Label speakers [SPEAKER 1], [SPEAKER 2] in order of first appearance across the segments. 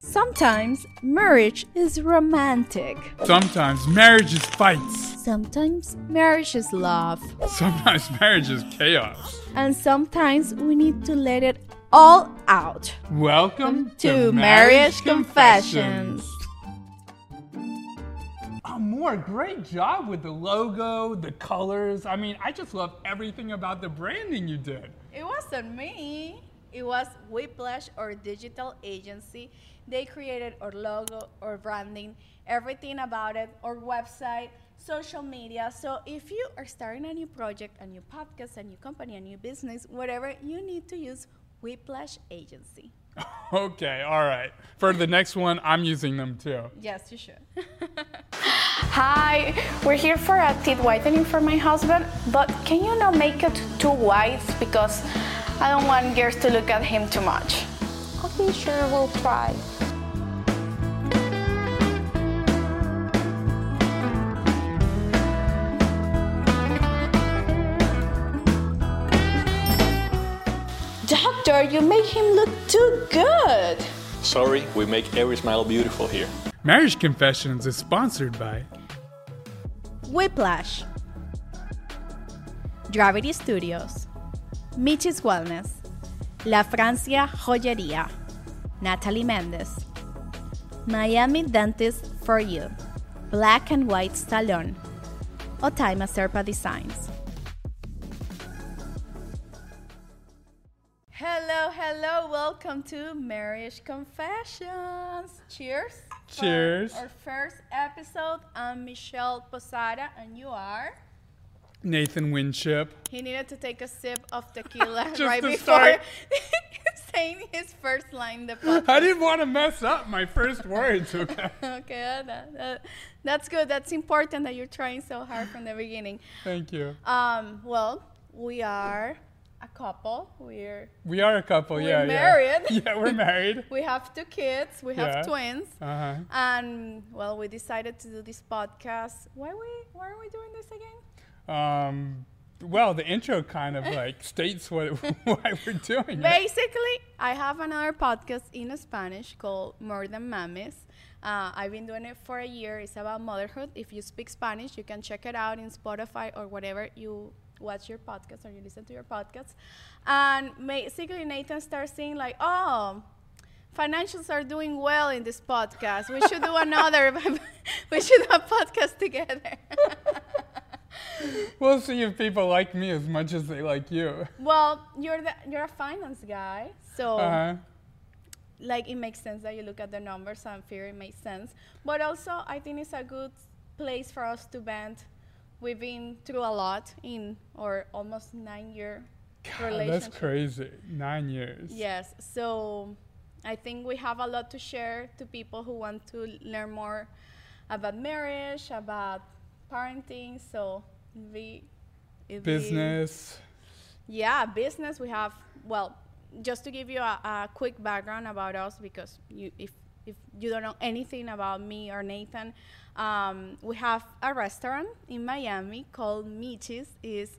[SPEAKER 1] Sometimes marriage is romantic.
[SPEAKER 2] Sometimes marriage is fights.
[SPEAKER 1] Sometimes marriage is love.
[SPEAKER 2] Sometimes marriage is chaos.
[SPEAKER 1] And sometimes we need to let it all out.
[SPEAKER 2] Welcome
[SPEAKER 1] To, Marriage Confessions.
[SPEAKER 2] Amor, Ah, great job with the logo, the colors. I mean, I just love everything about the branding you did.
[SPEAKER 1] It wasn't me. It was Whiplash or Digital Agency. They created our logo, our branding, everything about it, our website, social media. So if you are starting a new project, a new podcast, a new company, a new business, whatever, you need to use Whiplash Agency.
[SPEAKER 2] Okay, all right. For the next one, I'm using them too.
[SPEAKER 1] Yes, you should.
[SPEAKER 3] Hi, we're here for a teeth whitening for my husband, but can you not make it too white because I don't want girls to look at him too much.
[SPEAKER 4] Okay, sure, we'll try.
[SPEAKER 1] Doctor, you make him look too good.
[SPEAKER 5] Sorry, we make every smile beautiful here.
[SPEAKER 2] Marriage Confessions is sponsored by
[SPEAKER 1] Whiplash, Gravity Studios, Michis Wellness, La Francia Joyería, Natalie Mendez, Miami Dentist for You, Black and White Salon, Otaima Serpa Designs. Hello, hello, welcome to Marriage Confessions. Cheers. for
[SPEAKER 2] Cheers.
[SPEAKER 1] Our first episode. I'm Michelle Posada, and you are.
[SPEAKER 2] Nathan Winship.
[SPEAKER 1] He needed to take a sip of tequila
[SPEAKER 2] Just
[SPEAKER 1] right
[SPEAKER 2] to
[SPEAKER 1] before
[SPEAKER 2] start.
[SPEAKER 1] saying his first line. in The podcast.
[SPEAKER 2] I didn't want to mess up my first words, okay?
[SPEAKER 1] okay, uh, that, that- that's good. That's important that you're trying so hard from the beginning.
[SPEAKER 2] Thank you.
[SPEAKER 1] Um, well, we are a couple. We're
[SPEAKER 2] We are a couple, yeah. yeah.
[SPEAKER 1] married.
[SPEAKER 2] Yeah, we're married.
[SPEAKER 1] we have two kids. We have
[SPEAKER 2] Yeah.
[SPEAKER 1] twins.
[SPEAKER 2] Uh-huh.
[SPEAKER 1] And well, we decided to do this podcast. Why we? Why are we doing this again?
[SPEAKER 2] Um, well, the intro kind of like states what why we're doing. it.
[SPEAKER 1] Basically, I have another podcast in Spanish called More Than Mames. Uh, I've been doing it for a year. It's about motherhood. If you speak Spanish, you can check it out in Spotify or whatever you watch your podcast or you listen to your podcast. And basically, Nathan starts saying like, "Oh, financials are doing well in this podcast. We should do another. we should do a podcast together."
[SPEAKER 2] We'll see if people like me as much as they like you.
[SPEAKER 1] well, you're the, you're a finance guy, so.
[SPEAKER 2] Uh-huh.
[SPEAKER 1] like it makes sense that you look at the numbers and fear it makes sense. But also, I think it's a good place for us to bend. We've been through a lot in our almost nine year
[SPEAKER 2] God,
[SPEAKER 1] relationship.
[SPEAKER 2] that's crazy. Nine years.
[SPEAKER 1] Yes, so I think we have a lot to share to people who want to learn more about marriage, about parenting. So we it'd be-
[SPEAKER 2] Business.
[SPEAKER 1] yeah, business. We have well, just to give you a, a quick background about us, because you, if if you don't know anything about me or Nathan, um, we have a restaurant in Miami called Michis. is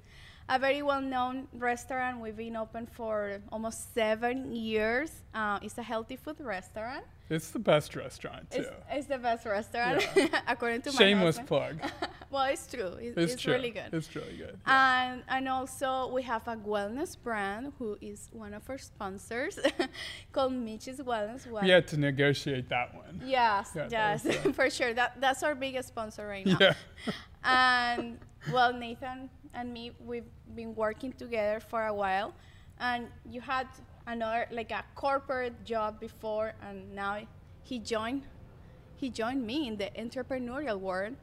[SPEAKER 1] a very well-known restaurant. We've been open for almost seven years. Uh, it's a healthy food restaurant.
[SPEAKER 2] It's the best restaurant too.
[SPEAKER 1] oh It's, it's the best restaurant according to my
[SPEAKER 2] Shameless
[SPEAKER 1] husband.
[SPEAKER 2] plug.
[SPEAKER 1] well, it's true. It-
[SPEAKER 2] It's,
[SPEAKER 1] it's
[SPEAKER 2] true.
[SPEAKER 1] really good.
[SPEAKER 2] It's really good.
[SPEAKER 1] And and also we have a wellness brand who is one of our sponsors called Michi's Wellness. Well-
[SPEAKER 2] we had to negotiate that one.
[SPEAKER 1] Yes,
[SPEAKER 2] Yeah, that
[SPEAKER 1] yes,
[SPEAKER 2] was good.
[SPEAKER 1] for sure. That that's our biggest sponsor right now.
[SPEAKER 2] Yeah.
[SPEAKER 1] And well, Nathan and me, we've been working together for a while, and you had another like a corporate job before, and now he joined, he joined me in the entrepreneurial world.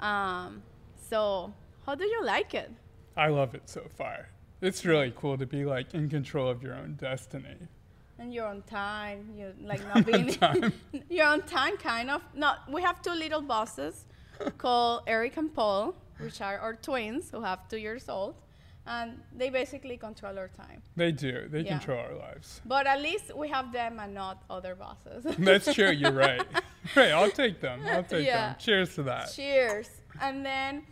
[SPEAKER 1] Um, so how do you like it?
[SPEAKER 2] I love it so far. It's really cool to be like in control of your own destiny.
[SPEAKER 1] And you're on time. You're like not being. you're on time, kind of. No, we have two little bosses called Eric and Paul, which are our twins who have two years old, and they basically control our time.
[SPEAKER 2] They do. They
[SPEAKER 1] Yeah.
[SPEAKER 2] control our lives.
[SPEAKER 1] But at least we have them and not other bosses.
[SPEAKER 2] That's true. You're right. Right. I'll take them. I'll take
[SPEAKER 1] Yeah.
[SPEAKER 2] them. Cheers to that.
[SPEAKER 1] Cheers. And then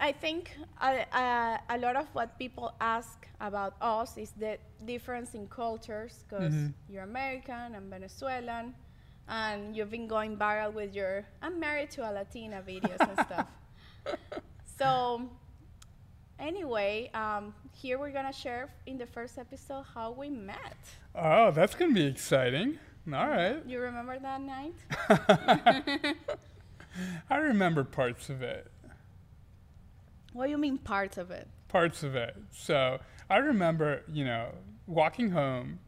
[SPEAKER 1] I think a, a, a lot of what people ask about us is the difference in cultures because you're American and Venezuelan and you've been going viral with your I'm married to a Latina videos and stuff. So, anyway, um, here we're going to share in the first episode how we met.
[SPEAKER 2] Oh, that's gonna be exciting. All right.
[SPEAKER 1] You remember that night?
[SPEAKER 2] I remember parts of it.
[SPEAKER 1] What do you mean, parts of it?
[SPEAKER 2] Parts of it. So I remember, you know, walking home.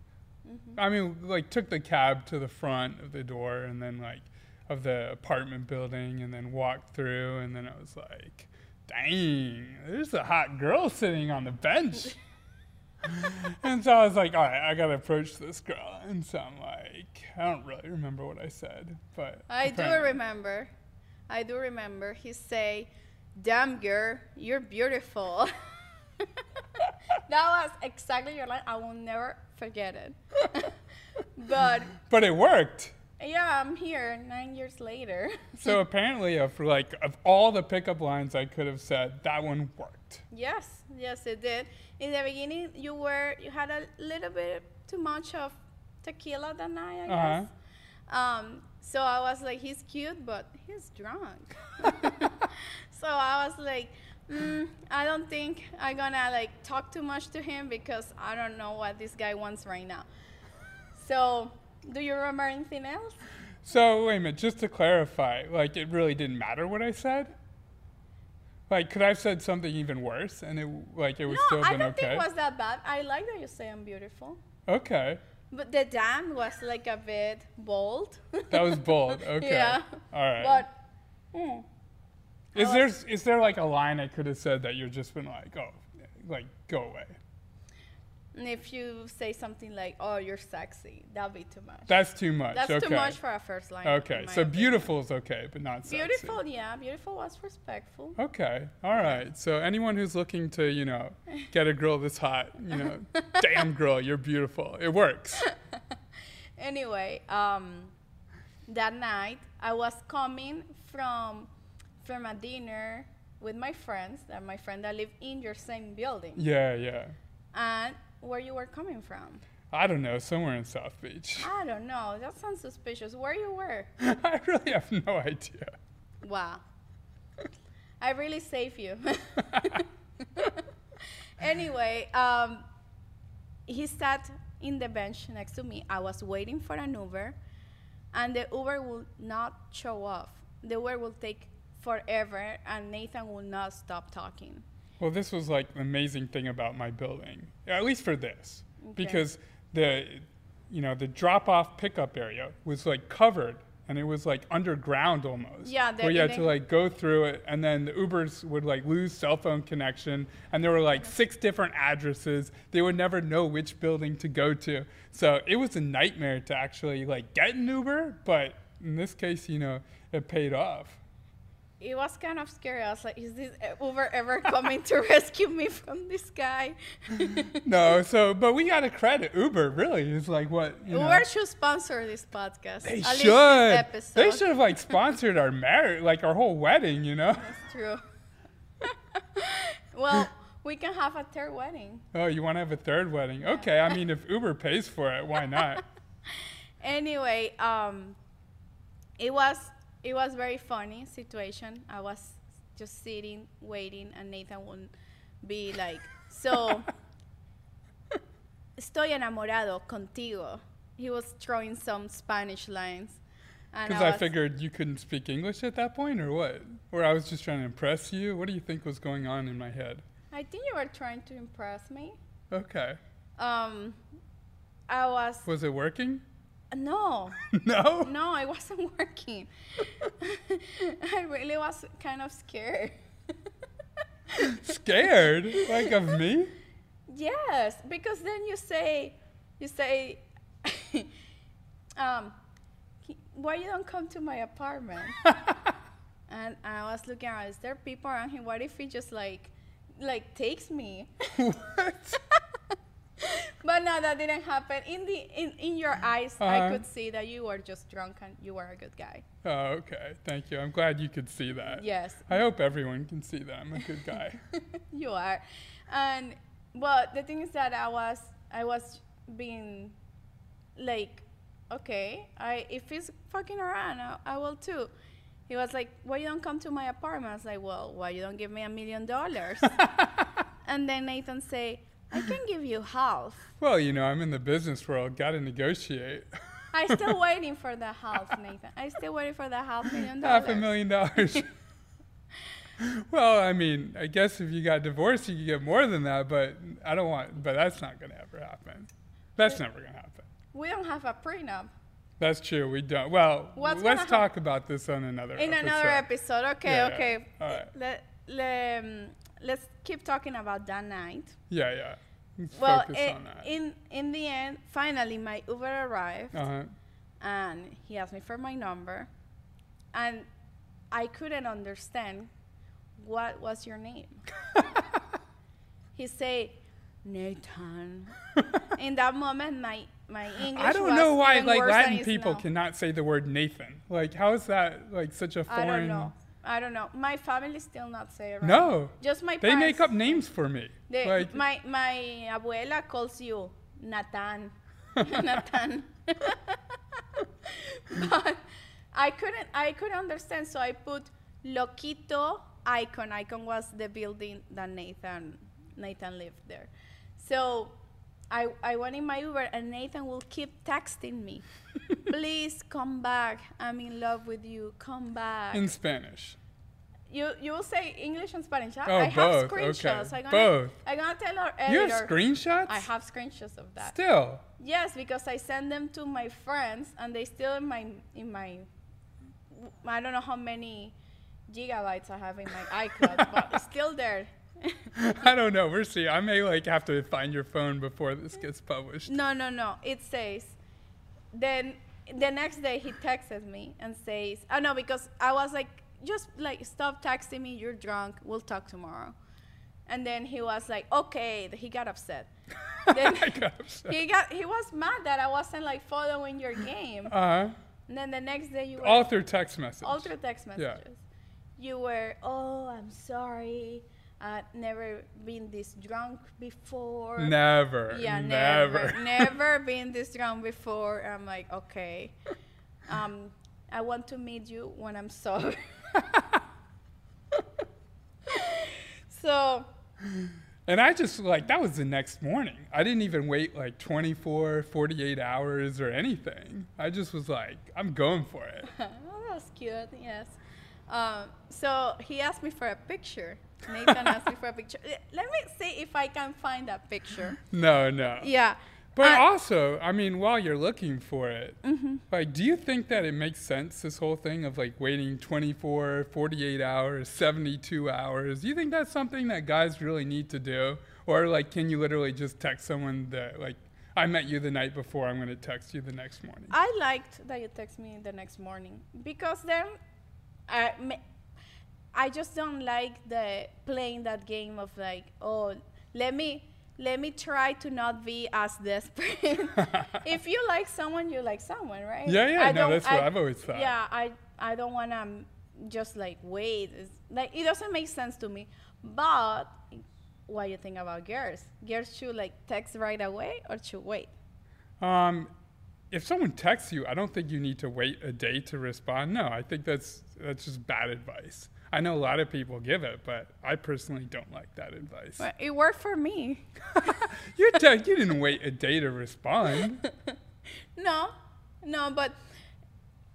[SPEAKER 2] I mean, like took the cab to the front of the door and then like of the apartment building and then walked through and then I was like, dang, there's a hot girl sitting on the bench. and so I was like, all right, I gotta approach this girl. And so I'm like, I don't really remember what I said, but
[SPEAKER 1] I do
[SPEAKER 2] apparently-
[SPEAKER 1] remember. I do remember. He say, "Damn girl, you're beautiful." that was exactly your line. I will never forget it. but
[SPEAKER 2] But it worked.
[SPEAKER 1] yeah, I'm here nine years later.
[SPEAKER 2] So apparently, of like of all the pickup lines I could have said, that one worked.
[SPEAKER 1] yes, yes, it did. In the beginning, you were you had a little bit too much of tequila that night, I
[SPEAKER 2] Uh-huh.
[SPEAKER 1] guess. Um, so I was like, he's cute, but he's drunk. so I was like, mm, I don't think I'm gonna like talk too much to him because I don't know what this guy wants right now. So, do you remember anything else?
[SPEAKER 2] So wait a minute, just to clarify, like it really didn't matter what I said. Like, could I have said something even worse, and it like it would
[SPEAKER 1] No,
[SPEAKER 2] still
[SPEAKER 1] I
[SPEAKER 2] have been
[SPEAKER 1] don't think
[SPEAKER 2] okay?
[SPEAKER 1] it was that bad. I like that you say I'm beautiful,
[SPEAKER 2] okay,
[SPEAKER 1] but the damn was like a bit bold.
[SPEAKER 2] that was bold. Okay,
[SPEAKER 1] Yeah.
[SPEAKER 2] all right.
[SPEAKER 1] but
[SPEAKER 2] is there is there like a line I could have said that you're just been like, oh, like go away?
[SPEAKER 1] if you say something like, "Oh, you're sexy," that'd be too much.
[SPEAKER 2] That's too much.
[SPEAKER 1] That's
[SPEAKER 2] okay.
[SPEAKER 1] too much for a first line. in
[SPEAKER 2] okay,
[SPEAKER 1] my
[SPEAKER 2] so
[SPEAKER 1] opinion.
[SPEAKER 2] beautiful is okay, but not sexy.
[SPEAKER 1] Beautiful, yeah. Beautiful was respectful.
[SPEAKER 2] Okay. All right. So anyone who's looking to, you know, get a girl this hot, you know, damn girl, you're beautiful. It works.
[SPEAKER 1] Anyway, um, that night I was coming from from a dinner with my friends, that my friend that live in your same building,
[SPEAKER 2] Yeah, yeah.
[SPEAKER 1] and where you were coming from.
[SPEAKER 2] I don't know, somewhere in South Beach.
[SPEAKER 1] I don't know. That sounds suspicious. Where you were?
[SPEAKER 2] I really have no idea.
[SPEAKER 1] Wow. I really save you. anyway, um, he sat in the bench next to me. I was waiting for an Uber, and the Uber will not show off. The Uber will take forever, and Nathan will not stop talking.
[SPEAKER 2] Well, this was like the amazing thing about my building, at least for this, because the, you know, the drop-off pickup area was like covered and it was like underground almost.
[SPEAKER 1] Yeah, the-
[SPEAKER 2] where you had
[SPEAKER 1] they-
[SPEAKER 2] to like go through it, and then the Ubers would like lose cell phone connection, and there were like six different addresses. They would never know which building to go to, so it was a nightmare to actually like get an Uber. But in this case, you know, it paid off.
[SPEAKER 1] It was kind of scary. I was like, is this Uber ever coming to rescue me from this guy?
[SPEAKER 2] No, so but we got to credit Uber. Really, is like what you know.
[SPEAKER 1] Uber should sponsor this podcast.
[SPEAKER 2] They
[SPEAKER 1] at least this
[SPEAKER 2] should.
[SPEAKER 1] episode.
[SPEAKER 2] They should have like sponsored our marriage, like our whole wedding. You know.
[SPEAKER 1] True. well, we can have a third wedding.
[SPEAKER 2] Oh, you want to have a third wedding? Okay. I mean, if Uber pays for it, why not?
[SPEAKER 1] Anyway, um, it was it was very funny situation. I was just sitting, waiting, and Nathan would be like, "So, estoy enamorado contigo." He was throwing some Spanish lines, and
[SPEAKER 2] Because I
[SPEAKER 1] was-
[SPEAKER 2] figured you couldn't speak English at that point, or what? Or I was just trying to impress you? What do you think was going on in my head?
[SPEAKER 1] I think you were trying to impress me.
[SPEAKER 2] Okay.
[SPEAKER 1] Um, I was
[SPEAKER 2] Was it working?
[SPEAKER 1] no,
[SPEAKER 2] no?
[SPEAKER 1] no, it wasn't working. I really was kind of scared.
[SPEAKER 2] Scared? like of me?
[SPEAKER 1] Yes, because then you say, you say, um, "Ki- why you don't come to my apartment? and I was looking around, is there people around him? What if he just like, like takes me?
[SPEAKER 2] what?
[SPEAKER 1] but no, that didn't happen. In the in, in your eyes, I
[SPEAKER 2] Uh-huh.
[SPEAKER 1] could see that you were just drunk and you were a good guy.
[SPEAKER 2] Oh, okay. Thank you. I'm glad you could see that.
[SPEAKER 1] Yes.
[SPEAKER 2] I hope everyone can see that. I'm a good guy.
[SPEAKER 1] you are and well the thing is that i was i was being like okay i if he's fucking around i, I will too he was like why you don't come to my apartment i was like well why you don't give me a million dollars and then nathan say i can give you half
[SPEAKER 2] well, you know, I'm in the business world. Got to negotiate.
[SPEAKER 1] i still waiting for the half nathan i still waiting for the half million dollars
[SPEAKER 2] Half a million dollars. well, I mean, I guess if you got divorced, you could get more than that, but I don't want, but that's not going to ever happen. That's never going to happen.
[SPEAKER 1] we don't have a prenup
[SPEAKER 2] That's true. We don't. Well,
[SPEAKER 1] What's gonna
[SPEAKER 2] let's
[SPEAKER 1] hap-
[SPEAKER 2] talk about this on another
[SPEAKER 1] in
[SPEAKER 2] episode.
[SPEAKER 1] another episode. Okay,
[SPEAKER 2] Yeah, yeah.
[SPEAKER 1] okay.
[SPEAKER 2] All right.
[SPEAKER 1] Let, let, um, let's keep talking about that night.
[SPEAKER 2] Yeah, yeah. Let's
[SPEAKER 1] Well,
[SPEAKER 2] Focus
[SPEAKER 1] i-
[SPEAKER 2] on that.
[SPEAKER 1] in in the end, finally my Uber arrived,
[SPEAKER 2] uh-huh.
[SPEAKER 1] and he asked me for my number, and I couldn't understand what was your name. he said, Nathan. in that moment, my my English.
[SPEAKER 2] I don't
[SPEAKER 1] was
[SPEAKER 2] know why
[SPEAKER 1] even
[SPEAKER 2] like
[SPEAKER 1] worse than
[SPEAKER 2] Latin
[SPEAKER 1] it's
[SPEAKER 2] people
[SPEAKER 1] now.
[SPEAKER 2] cannot say the word Nathan. Like how is that like such a
[SPEAKER 1] I
[SPEAKER 2] foreign
[SPEAKER 1] don't know. I don't know. My family still not say it right.
[SPEAKER 2] No.
[SPEAKER 1] Just my
[SPEAKER 2] They make
[SPEAKER 1] parents.
[SPEAKER 2] up names for me.
[SPEAKER 1] The,
[SPEAKER 2] like
[SPEAKER 1] my my abuela calls you Nathan. Nathan. but I couldn't I couldn't understand, so I put Loquito Icon. Icon was the building that Nathan Nathan lived there. So I I went in my Uber and Nathan will keep texting me. Please come back. I'm in love with you. Come back.
[SPEAKER 2] in Spanish.
[SPEAKER 1] You you will say English and Spanish. I,
[SPEAKER 2] Oh,
[SPEAKER 1] I have
[SPEAKER 2] both,
[SPEAKER 1] screenshots.
[SPEAKER 2] okay.
[SPEAKER 1] I gonna,
[SPEAKER 2] Both.
[SPEAKER 1] I gonna tell our
[SPEAKER 2] You
[SPEAKER 1] editor.
[SPEAKER 2] have screenshots?
[SPEAKER 1] I have screenshots of that.
[SPEAKER 2] Still.
[SPEAKER 1] Yes, because I send them to my friends and they still in my in my I don't know how many gigabytes I have in my iCloud, but it's still there.
[SPEAKER 2] I don't know. We're seeing. I may like have to find your phone before this gets published.
[SPEAKER 1] No, no, no. It says. Then the next day he texts me and says, "Oh no," because I was like, "Just like stop texting me. You're drunk. We'll talk tomorrow." And then he was like, "Okay." He got upset. Then
[SPEAKER 2] I got upset.
[SPEAKER 1] he got he was mad that I wasn't like following your game.
[SPEAKER 2] Uh-huh.
[SPEAKER 1] And then the next day you were
[SPEAKER 2] All through text message.
[SPEAKER 1] all through text
[SPEAKER 2] Yeah.
[SPEAKER 1] messages. You were, "Oh, I'm sorry. I've never been this drunk before."
[SPEAKER 2] Never.
[SPEAKER 1] Yeah,
[SPEAKER 2] never.
[SPEAKER 1] never, never been this drunk before. I'm like, okay, um, I want to meet you when I'm sober. so
[SPEAKER 2] And I just like that was the next morning. I didn't even wait like 24, 48 hours or anything. I just was like, I'm going for it.
[SPEAKER 1] oh, that was cute. Yes. Um, so he asked me for a picture. Nathan asked me for a picture. Eh, Let me see if I can find that picture.
[SPEAKER 2] No, no.
[SPEAKER 1] Yeah.
[SPEAKER 2] But
[SPEAKER 1] Uh,
[SPEAKER 2] also, I mean, while you're looking for it, like, do you think that it makes sense, this whole thing of like waiting 24, 48 hours, 72 hours? Do you think that's something that guys really need to do? Or like, can you literally just text someone that, like, I met you the night before, I'm going to text you the next morning?
[SPEAKER 1] I liked that you text me the next morning because then I, ma- I just don't like the playing that game of like oh let me let me try to not be as desperate. if you like someone, you like someone, right?
[SPEAKER 2] Yeah, yeah, no,
[SPEAKER 1] don't-
[SPEAKER 2] that's what I've always thought.
[SPEAKER 1] Yeah, I I don't want to just like wait. It's, like it doesn't make sense to me. But what you think about girls? Girls should like text right away or should wait?
[SPEAKER 2] Um, if someone texts you, I don't think you need to wait a day to respond. No, I think that's that's just bad advice. I know a lot of people give it, but I personally don't like that advice.
[SPEAKER 1] But it worked for me.
[SPEAKER 2] You're tech, you didn't wait a day to respond.
[SPEAKER 1] No, no, but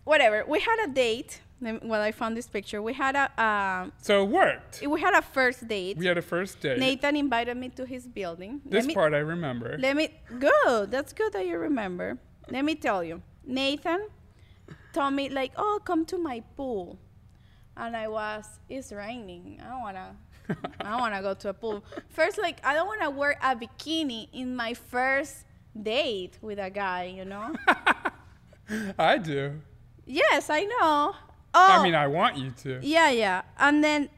[SPEAKER 1] whatever. We had a date. When I found this picture, we had a um,
[SPEAKER 2] So it worked.
[SPEAKER 1] we had a first date.
[SPEAKER 2] We had a first date.
[SPEAKER 1] Nathan invited me to his building. Let
[SPEAKER 2] this
[SPEAKER 1] me-
[SPEAKER 2] part I remember.
[SPEAKER 1] Let me good. That's good that you remember. Let me tell you. Nathan told me like, "Oh, come to my pool," and I was, "It's raining. I don't wanna. I don't wanna go to a pool." First, like, I don't wanna wear a bikini in my first date with a guy. You know?
[SPEAKER 2] I do.
[SPEAKER 1] yes, I know. Oh,
[SPEAKER 2] I mean, I want you to.
[SPEAKER 1] yeah, yeah. And then,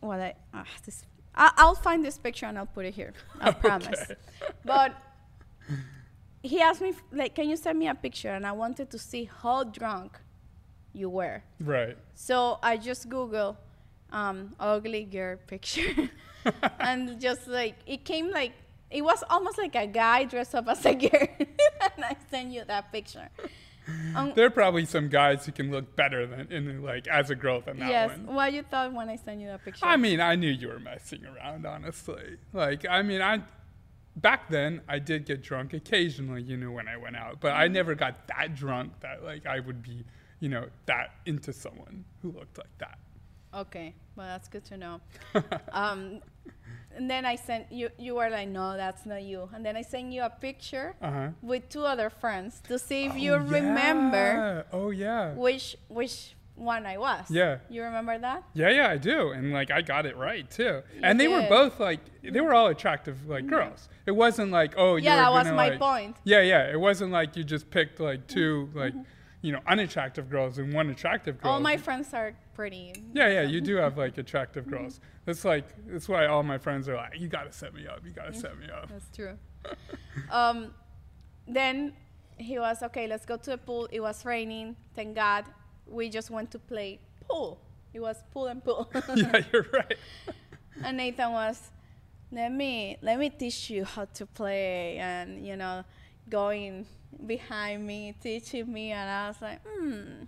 [SPEAKER 1] well, I, ah, this, I, I'll find this picture and I'll put it here. I promise.
[SPEAKER 2] Okay.
[SPEAKER 1] But he asked me, like, can you send me a picture? And I wanted to see how drunk you were.
[SPEAKER 2] Right.
[SPEAKER 1] So I just Google um, ugly girl picture. and just like, it came like, it was almost like a guy dressed up as a girl. and I sent you that picture. Um,
[SPEAKER 2] There are probably some guys who can look better than in like as a girl than that
[SPEAKER 1] yes.
[SPEAKER 2] one.
[SPEAKER 1] What you thought when I sent you that picture?
[SPEAKER 2] I mean, I knew you were messing around, honestly. Like, I mean, I back then I did get drunk occasionally, you know, when I went out, but I
[SPEAKER 1] Mm.
[SPEAKER 2] never got that drunk that like I would be, you know, that into someone who looked like that.
[SPEAKER 1] Okay, well that's good to know. um, and then I sent you. You were like, "No, that's not you." And then I sent you a picture
[SPEAKER 2] Uh-huh.
[SPEAKER 1] with two other friends to see if you
[SPEAKER 2] Oh,
[SPEAKER 1] remember
[SPEAKER 2] yeah. Oh yeah.
[SPEAKER 1] which which one I was.
[SPEAKER 2] Yeah.
[SPEAKER 1] you remember that?
[SPEAKER 2] Yeah, yeah, I do. And like I got it right too. And they were
[SPEAKER 1] did. Mm-hmm.
[SPEAKER 2] both like they were all attractive like girls. It wasn't like, oh, you
[SPEAKER 1] Yeah,
[SPEAKER 2] were
[SPEAKER 1] that was
[SPEAKER 2] gonna,
[SPEAKER 1] my
[SPEAKER 2] like-
[SPEAKER 1] point. Mm-hmm.
[SPEAKER 2] Yeah, yeah. It wasn't like you just picked like two like you know, unattractive girls and one attractive girl.
[SPEAKER 1] All my Mm-hmm. friends are pretty.
[SPEAKER 2] Yeah, yeah, you do have like attractive girls. That's like that's why all my friends are like, you gotta set me up, you gotta set me up.
[SPEAKER 1] That's true. um, then he was okay. Let's go to the pool. It was raining. Thank God. We just went to play pool. It was pool and pool.
[SPEAKER 2] yeah, you're right.
[SPEAKER 1] and Nathan was, let me let me teach you how to play, and you know, going behind me, teaching me, and I was like, hmm,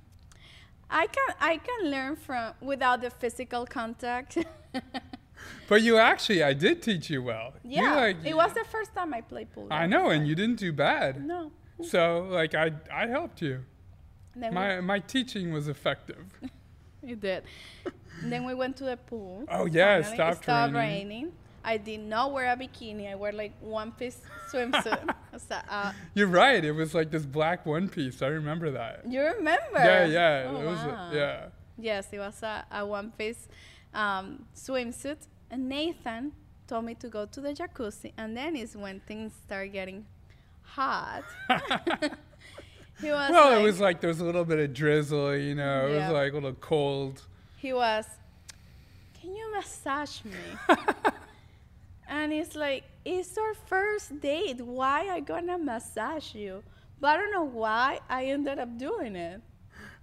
[SPEAKER 1] I can I can learn from without the physical contact.
[SPEAKER 2] But you actually, I did teach you well. You,
[SPEAKER 1] yeah,
[SPEAKER 2] like-
[SPEAKER 1] it was the first time I played pool.
[SPEAKER 2] I know, and you didn't do bad.
[SPEAKER 1] No,
[SPEAKER 2] So like I I helped you.
[SPEAKER 1] and then
[SPEAKER 2] My my teaching was effective.
[SPEAKER 1] we, you did. And then we went to the pool.
[SPEAKER 2] Oh, yeah, it
[SPEAKER 1] Finally,
[SPEAKER 2] stopped
[SPEAKER 1] stopped
[SPEAKER 2] raining.
[SPEAKER 1] raining. I did not wear a bikini. I wore like one piece swimsuit. so, uh,
[SPEAKER 2] You're right. It was like this black one piece. I remember that.
[SPEAKER 1] you remember?
[SPEAKER 2] Yeah, yeah.
[SPEAKER 1] Oh,
[SPEAKER 2] it was
[SPEAKER 1] wow.
[SPEAKER 2] yeah.
[SPEAKER 1] Yes, it was a, a one piece um, swimsuit. And Nathan told me to go to the jacuzzi. And then is when things start getting hot. he was
[SPEAKER 2] Well,
[SPEAKER 1] like,
[SPEAKER 2] it was like there was a little bit of drizzle, you know. It
[SPEAKER 1] Yeah.
[SPEAKER 2] was like a little cold.
[SPEAKER 1] he was, can you massage me? and it's like, it's our first date. Why I gonna massage you? But I don't know why I ended up doing it.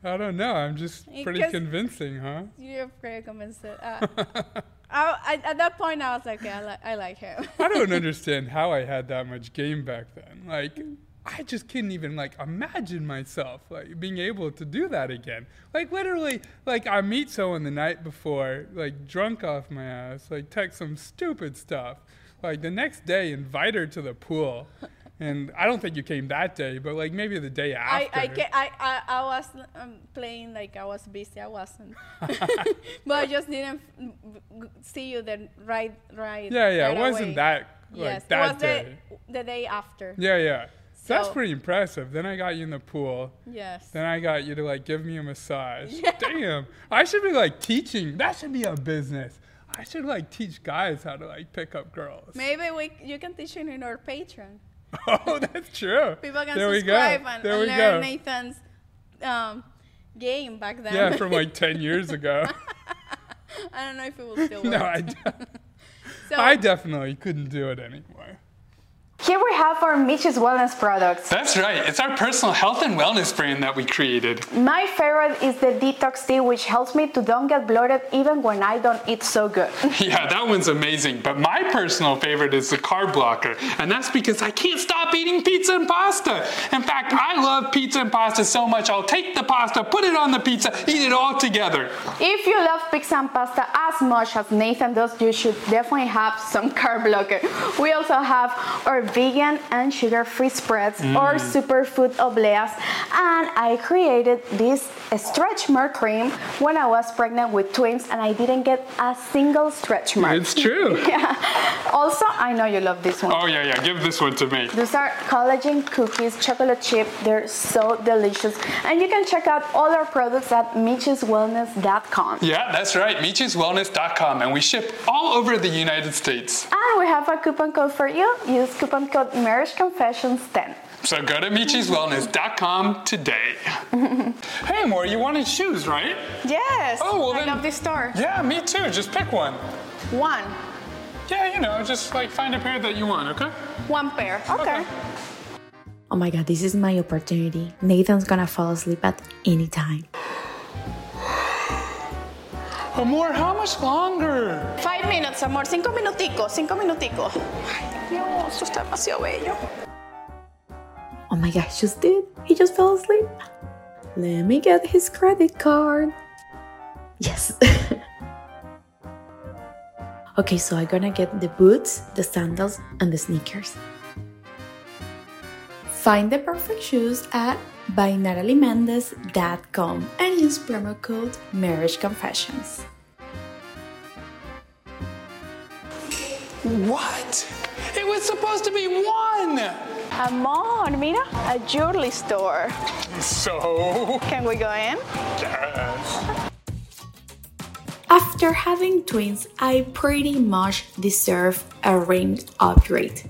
[SPEAKER 2] I don't know. I'm just
[SPEAKER 1] It
[SPEAKER 2] pretty
[SPEAKER 1] gets-
[SPEAKER 2] convincing, huh?
[SPEAKER 1] You're very convinced. Uh, I, I, at that point, I was like, okay, I, li- I like him.
[SPEAKER 2] I don't understand how I had that much game back then. Like, I just couldn't even like imagine myself like being able to do that again. Like literally, like I meet someone the night before, like drunk off my ass, like text some stupid stuff. Like the next day, invite her to the pool, and I don't think you came that day, but like maybe the day
[SPEAKER 1] I,
[SPEAKER 2] after.
[SPEAKER 1] I, ca- I, I, I was um, playing like I was busy. I wasn't, but I just didn't mm, g- see you then right right.
[SPEAKER 2] yeah, yeah,
[SPEAKER 1] right
[SPEAKER 2] it wasn't
[SPEAKER 1] away.
[SPEAKER 2] that like
[SPEAKER 1] yes,
[SPEAKER 2] that
[SPEAKER 1] it was
[SPEAKER 2] day.
[SPEAKER 1] The, the day after.
[SPEAKER 2] Yeah, yeah. So that's
[SPEAKER 1] So-
[SPEAKER 2] pretty impressive. Then I got you in the pool.
[SPEAKER 1] Yes.
[SPEAKER 2] Then I got you to like give me a massage. Damn. I should be like teaching. That should be a business. I should like teach guys how to like pick up girls.
[SPEAKER 1] Maybe we c- you can teach it in our Patreon.
[SPEAKER 2] Oh, that's true.
[SPEAKER 1] People can
[SPEAKER 2] there
[SPEAKER 1] subscribe
[SPEAKER 2] we go.
[SPEAKER 1] and,
[SPEAKER 2] there
[SPEAKER 1] and
[SPEAKER 2] we
[SPEAKER 1] learn
[SPEAKER 2] go.
[SPEAKER 1] Nathan's um, game back then.
[SPEAKER 2] Yeah, from like 10 years ago.
[SPEAKER 1] I don't know if it will still work.
[SPEAKER 2] no, I, de-
[SPEAKER 1] so,
[SPEAKER 2] I definitely couldn't do it anymore.
[SPEAKER 3] Here we have our Mitch's Wellness products.
[SPEAKER 2] That's right. It's our personal health and wellness brand that we created.
[SPEAKER 3] My favorite is the detox tea, which helps me to don't get bloated even when I don't eat so good.
[SPEAKER 2] Yeah, that one's amazing. But my personal favorite is the carb blocker, and that's because I can't stop eating pizza and pasta. In fact, I love pizza and pasta so much, I'll take the pasta, put it on the pizza, eat it all together.
[SPEAKER 3] If you love pizza and pasta as much as Nathan does, you should definitely have some carb blocker. We also have our vegan and sugar-free spreads, our superfood obleas, and I created this stretch mark cream when I was pregnant with twins, and I didn't get a single stretch mark.
[SPEAKER 2] It's true.
[SPEAKER 3] Also, I know you love this one.
[SPEAKER 2] Oh, yeah, yeah. Give this one to me.
[SPEAKER 3] These are collagen cookies, chocolate chip. They're so delicious. And you can check out all our products at mitcheswellness.com.
[SPEAKER 2] Yeah, that's right. MeechesWellness.com, and we ship all over the United States.
[SPEAKER 3] And we have a coupon code for you. Use coupon code MarriageConfessions10.
[SPEAKER 2] So go to MeechesWellness.com today. hey, Amor, you wanted shoes, right?
[SPEAKER 1] Yes.
[SPEAKER 2] Oh, well
[SPEAKER 1] I
[SPEAKER 2] then-
[SPEAKER 1] love this store.
[SPEAKER 2] Yeah, me too. Just pick one.
[SPEAKER 1] One.
[SPEAKER 2] Yeah, you know, just like find a pair that you want, okay?
[SPEAKER 1] One pair. okay.
[SPEAKER 6] Oh my god, this is my opportunity. Nathan's gonna fall asleep at any time.
[SPEAKER 2] Amor, how much longer?
[SPEAKER 1] Five minutes, amor. Cinco minuticos. Cinco minuticos. Ay, no, esto está demasiado bello.
[SPEAKER 6] Oh my god, he just did. He just fell asleep. Let me get his credit card. Yes. okay, so I'm gonna get the boots, the sandals, and the sneakers. Find the perfect shoes at bynataliemendez.com and use promo code marriage confessions.
[SPEAKER 2] What? It was supposed to be one!
[SPEAKER 1] Amor, mira, a jewelry store.
[SPEAKER 2] So,
[SPEAKER 1] Can we go in?
[SPEAKER 2] yes.
[SPEAKER 6] After having twins, I pretty much deserve a ring upgrade.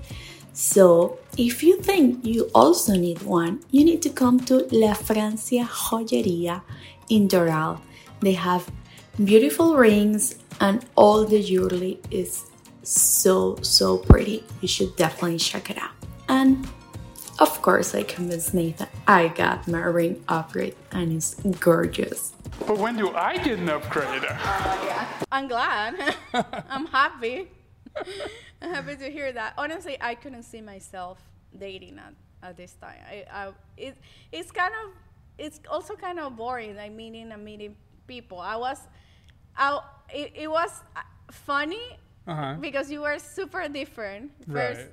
[SPEAKER 6] So, if you think you also need one, you need to come to La Francia Joyería in Doral. They have beautiful rings and all the jewelry is so so pretty. You should definitely check it out. And of course, I convinced Nathan I got my ring upgrade and it's gorgeous.
[SPEAKER 2] But when do I get an upgrade?
[SPEAKER 1] Uh-huh. I'm glad. I'm happy. I'm happy to hear that. Honestly, I couldn't see myself dating at, at this time. I, I, it, it's kind of, it's also kind of boring, like meeting and meeting people. I was, I, it, it was uh, funny
[SPEAKER 2] Uh-huh.
[SPEAKER 1] because you were super different. First,
[SPEAKER 2] Right.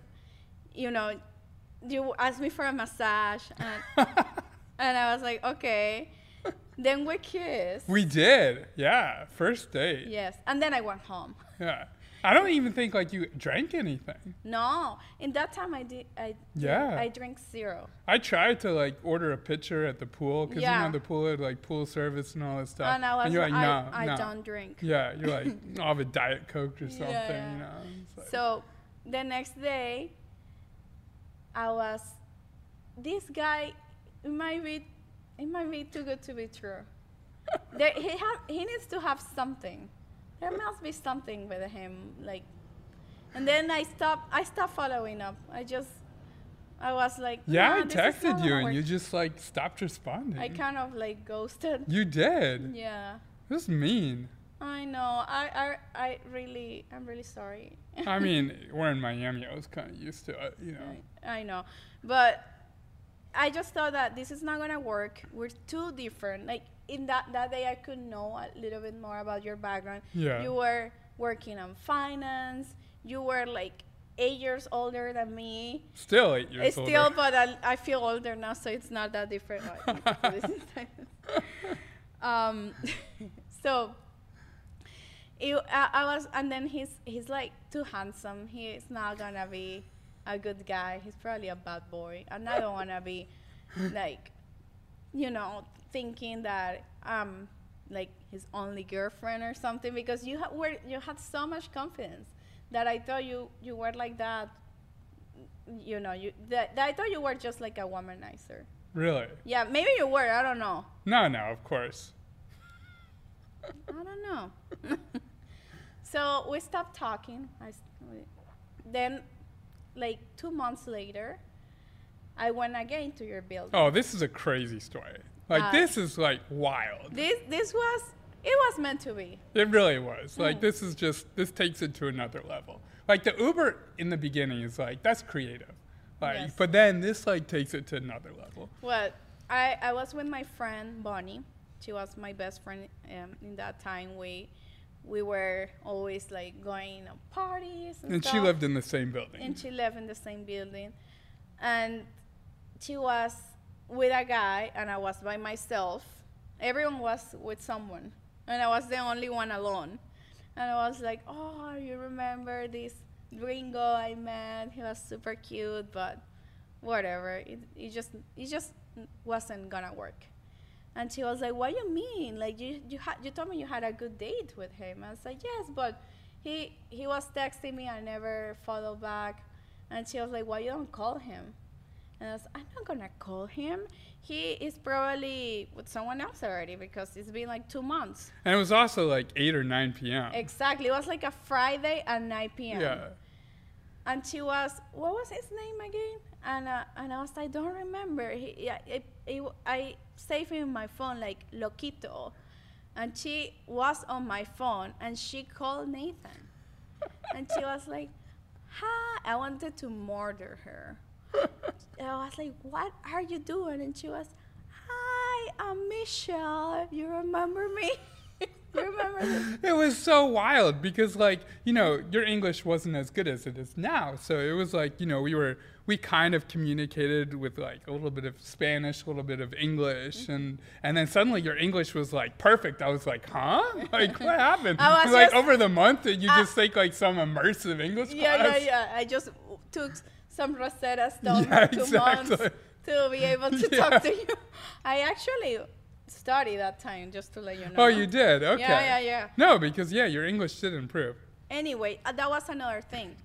[SPEAKER 1] you know, you asked me for a massage, and, and I was like, okay. Then we kissed.
[SPEAKER 2] We did. Yeah, first date.
[SPEAKER 1] Yes, and then I went home.
[SPEAKER 2] Yeah. I don't even think like you drank anything.
[SPEAKER 1] No, in that time I did. I
[SPEAKER 2] Yeah.
[SPEAKER 1] I drank zero.
[SPEAKER 2] I tried to like order a pitcher at the pool because
[SPEAKER 1] Yeah.
[SPEAKER 2] you know the pool had like pool service Uh, and all this stuff.
[SPEAKER 1] and I was
[SPEAKER 2] you're
[SPEAKER 1] like,
[SPEAKER 2] like, no,
[SPEAKER 1] I,
[SPEAKER 2] no.
[SPEAKER 1] I don't drink.
[SPEAKER 2] Yeah, you're like, I'll have a diet coke or something.
[SPEAKER 1] yeah.
[SPEAKER 2] You know. It's like-
[SPEAKER 1] So the next day, I was. This guy, it might be, it might be too good to be true. there, he ha- he needs to have something. There must be something with him, like. And then I stopped. I stopped following up. I just, I was like.
[SPEAKER 2] yeah,
[SPEAKER 1] "Nah,
[SPEAKER 2] I
[SPEAKER 1] this is not
[SPEAKER 2] texted you
[SPEAKER 1] gonna
[SPEAKER 2] and you
[SPEAKER 1] work."
[SPEAKER 2] just like stopped responding.
[SPEAKER 1] I kind of like ghosted.
[SPEAKER 2] You did.
[SPEAKER 1] Yeah.
[SPEAKER 2] This is mean.
[SPEAKER 1] I know. I, I, I really, I'm really sorry.
[SPEAKER 2] I mean, we're in Miami. I was kind of used to it, you know.
[SPEAKER 1] I know. But I just thought that this is not going to work. We're too different. Like, in that, that day, I could know a little bit more about your background.
[SPEAKER 2] Yeah.
[SPEAKER 1] You were working on finance. You were like eight years older than me.
[SPEAKER 2] Still eight years
[SPEAKER 1] It's
[SPEAKER 2] older.
[SPEAKER 1] still, but I, I feel older now, so it's not that different. Like, this is um, so it, I, I was, and then he's he's like too handsome. He's not gonna be a good guy. He's probably a bad boy, and I don't wanna be like, you know, thinking that um like his only girlfriend or something because you ha- were you had so much confidence that I thought you you were like that. You know, you that, that I thought you were just like a womanizer.
[SPEAKER 2] really?
[SPEAKER 1] Yeah, maybe you were. I don't know.
[SPEAKER 2] No, no, of course.
[SPEAKER 1] I don't know. so we stopped talking. I, s- we, then like two months later, I went again to your building.
[SPEAKER 2] Oh, this is a crazy story. Like
[SPEAKER 1] Uh,
[SPEAKER 2] this is like wild.
[SPEAKER 1] This this was it was meant to be.
[SPEAKER 2] It really
[SPEAKER 1] Hmm.
[SPEAKER 2] was. Like this is just this takes it to another level. Like the Uber in the beginning is like that's creative. Like
[SPEAKER 1] Yes.
[SPEAKER 2] but then this like takes it to another level.
[SPEAKER 1] Well, I, I was with my friend Bonnie. She was my best friend um, in that time. We we were always like going to parties and,
[SPEAKER 2] And she
[SPEAKER 1] stuff.
[SPEAKER 2] lived in the same building.
[SPEAKER 1] and she lived in the same building, and she was with a guy and I was by myself. Everyone was with someone, and I was the only one alone. And I was like, "Oh, you remember this gringo I met? He was super cute, but whatever. It, it just it just wasn't gonna work." And she was like, "What do you mean? Like you you had you told me you had a good date with him." I was like, "Yes, but he he was texting me. I never followed back." And she was like, "Why you don't call him?" And I was, I'm not gonna call him. He is probably with someone else already because it's been like two months.
[SPEAKER 2] And it was also like eight or nine PM.
[SPEAKER 1] Exactly. It was like a Friday at 9 p.m.
[SPEAKER 2] Yeah.
[SPEAKER 1] And she was, what was his name again? And, uh, and I was, I don't remember. He, yeah, it, it, I saved him in my phone like Loquito. And she was on my phone and she called Nathan. and she was like, hi. I wanted to murder her. And I was like, what are you doing? And she was, hi, I'm Michelle. You remember me? you remember me?
[SPEAKER 2] It was so wild because like, you know, your English wasn't as good as it is now. So it was like, you know, we were we kind of communicated with like a little bit of Spanish, a little bit of English
[SPEAKER 1] Mm-hmm.
[SPEAKER 2] and and then suddenly your English was like perfect. I was like, "Huh? Like what happened?"
[SPEAKER 1] Oh, I was
[SPEAKER 2] like
[SPEAKER 1] just-
[SPEAKER 2] over the month that you
[SPEAKER 1] I-
[SPEAKER 2] just take like some immersive English
[SPEAKER 1] Yeah,
[SPEAKER 2] class.
[SPEAKER 1] yeah, yeah. I just w- took s- some Rosetta Stone
[SPEAKER 2] Yeah,
[SPEAKER 1] for two
[SPEAKER 2] exactly.
[SPEAKER 1] months to be able to
[SPEAKER 2] Yeah.
[SPEAKER 1] talk to you. I actually studied that time, just to let you know.
[SPEAKER 2] Oh, you did. Okay.
[SPEAKER 1] yeah, yeah.
[SPEAKER 2] No, because yeah, your English did improve.
[SPEAKER 1] Anyway, uh, that was another thing.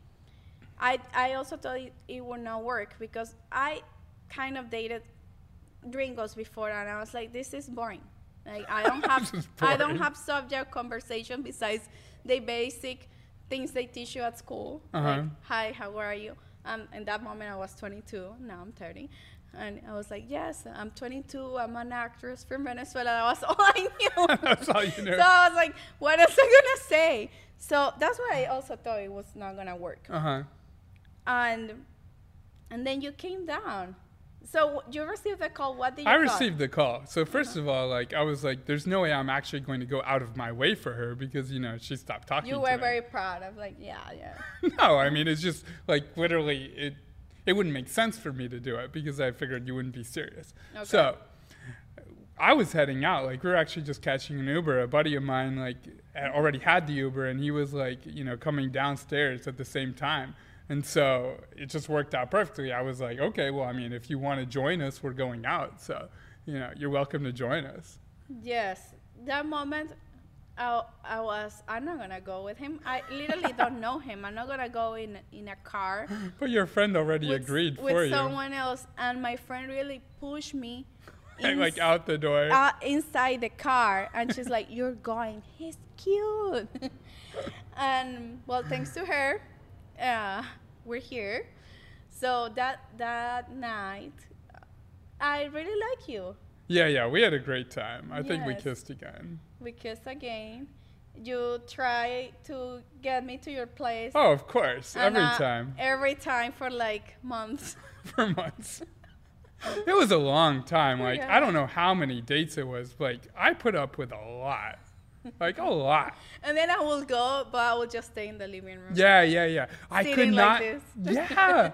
[SPEAKER 1] I I also thought it, it would not work because I kind of dated gringos before, and I was like, this is boring. Like I don't
[SPEAKER 2] This is
[SPEAKER 1] have I don't
[SPEAKER 2] boring.
[SPEAKER 1] have subject conversation besides the basic things they teach you at school. Like,
[SPEAKER 2] Uh-huh.
[SPEAKER 1] hi, how are you? Um, in that moment, I was 22. Now I'm 30. And I was like, yes, I'm 22. I'm an actress from Venezuela. That was all I knew.
[SPEAKER 2] That's all you knew.
[SPEAKER 1] So I was like, what else am I going to say? So that's why I also thought it was not going to work.
[SPEAKER 2] Uh-huh.
[SPEAKER 1] And and then you came down. So you received the call. What did you
[SPEAKER 2] I
[SPEAKER 1] thought?
[SPEAKER 2] received the call. So 1st of all, like I was like, there's no way I'm actually going to go out of my way for her because you know she stopped talking.
[SPEAKER 1] You
[SPEAKER 2] to
[SPEAKER 1] were
[SPEAKER 2] me.
[SPEAKER 1] very proud. I'm like, yeah, yeah.
[SPEAKER 2] no, I mean it's just like literally it. It wouldn't make sense for me to do it because I figured you wouldn't be serious. So I was heading out. Like we were actually just catching an Uber. A buddy of mine like had already had the Uber, and he was like you know coming downstairs at the same time. And so it just worked out perfectly. I was like, okay, well, I mean, if you want to join us, we're going out. So, you know, you're welcome to join us.
[SPEAKER 1] Yes, that moment, I, I was. I'm not gonna go with him. I literally don't know him. I'm not gonna go in in a car
[SPEAKER 2] But your friend already
[SPEAKER 1] with,
[SPEAKER 2] agreed
[SPEAKER 1] with
[SPEAKER 2] for you.
[SPEAKER 1] someone else. And my friend really pushed me.
[SPEAKER 2] Like- like
[SPEAKER 1] ins-
[SPEAKER 2] out the door.
[SPEAKER 1] uh, inside the car, and she's like, "You're going. He's cute." and well, thanks to her, uh, we're here. So that that night, I really like you.
[SPEAKER 2] yeah, yeah, we had a great time. I think we
[SPEAKER 1] Yes.
[SPEAKER 2] kissed again.
[SPEAKER 1] We kissed again. You try to get me to your place.
[SPEAKER 2] Oh, of course,
[SPEAKER 1] and,
[SPEAKER 2] every
[SPEAKER 1] uh,
[SPEAKER 2] time
[SPEAKER 1] Every time for like months.
[SPEAKER 2] for months. It was a long time. Like
[SPEAKER 1] Yeah.
[SPEAKER 2] I don't know how many dates it was. Like I put up with a lot, like a lot.
[SPEAKER 1] And then I will go, but I will just stay in the living room.
[SPEAKER 2] Yeah, yeah, yeah. I could
[SPEAKER 1] Sitting
[SPEAKER 2] not.
[SPEAKER 1] like this.
[SPEAKER 2] Yeah,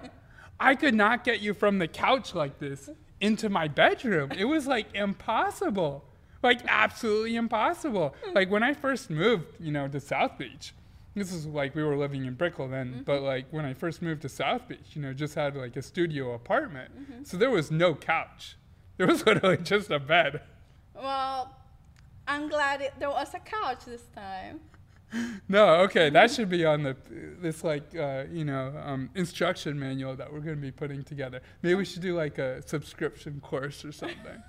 [SPEAKER 2] I could not get you from the couch like this into my bedroom. It was like impossible, like absolutely impossible. Like when I first moved, you know, to South Beach. This is like we were living in Brickell then,
[SPEAKER 1] Mm-hmm.
[SPEAKER 2] but like when I first moved to South Beach, you know, just had like a studio apartment.
[SPEAKER 1] Mm-hmm.
[SPEAKER 2] So there was no couch. There was literally just a bed.
[SPEAKER 1] Well, I'm glad it, there was a couch this time.
[SPEAKER 2] No, okay, that should be on the this like uh, you know um, instruction manual that we're going to be putting together. Maybe we should do like a subscription course or something.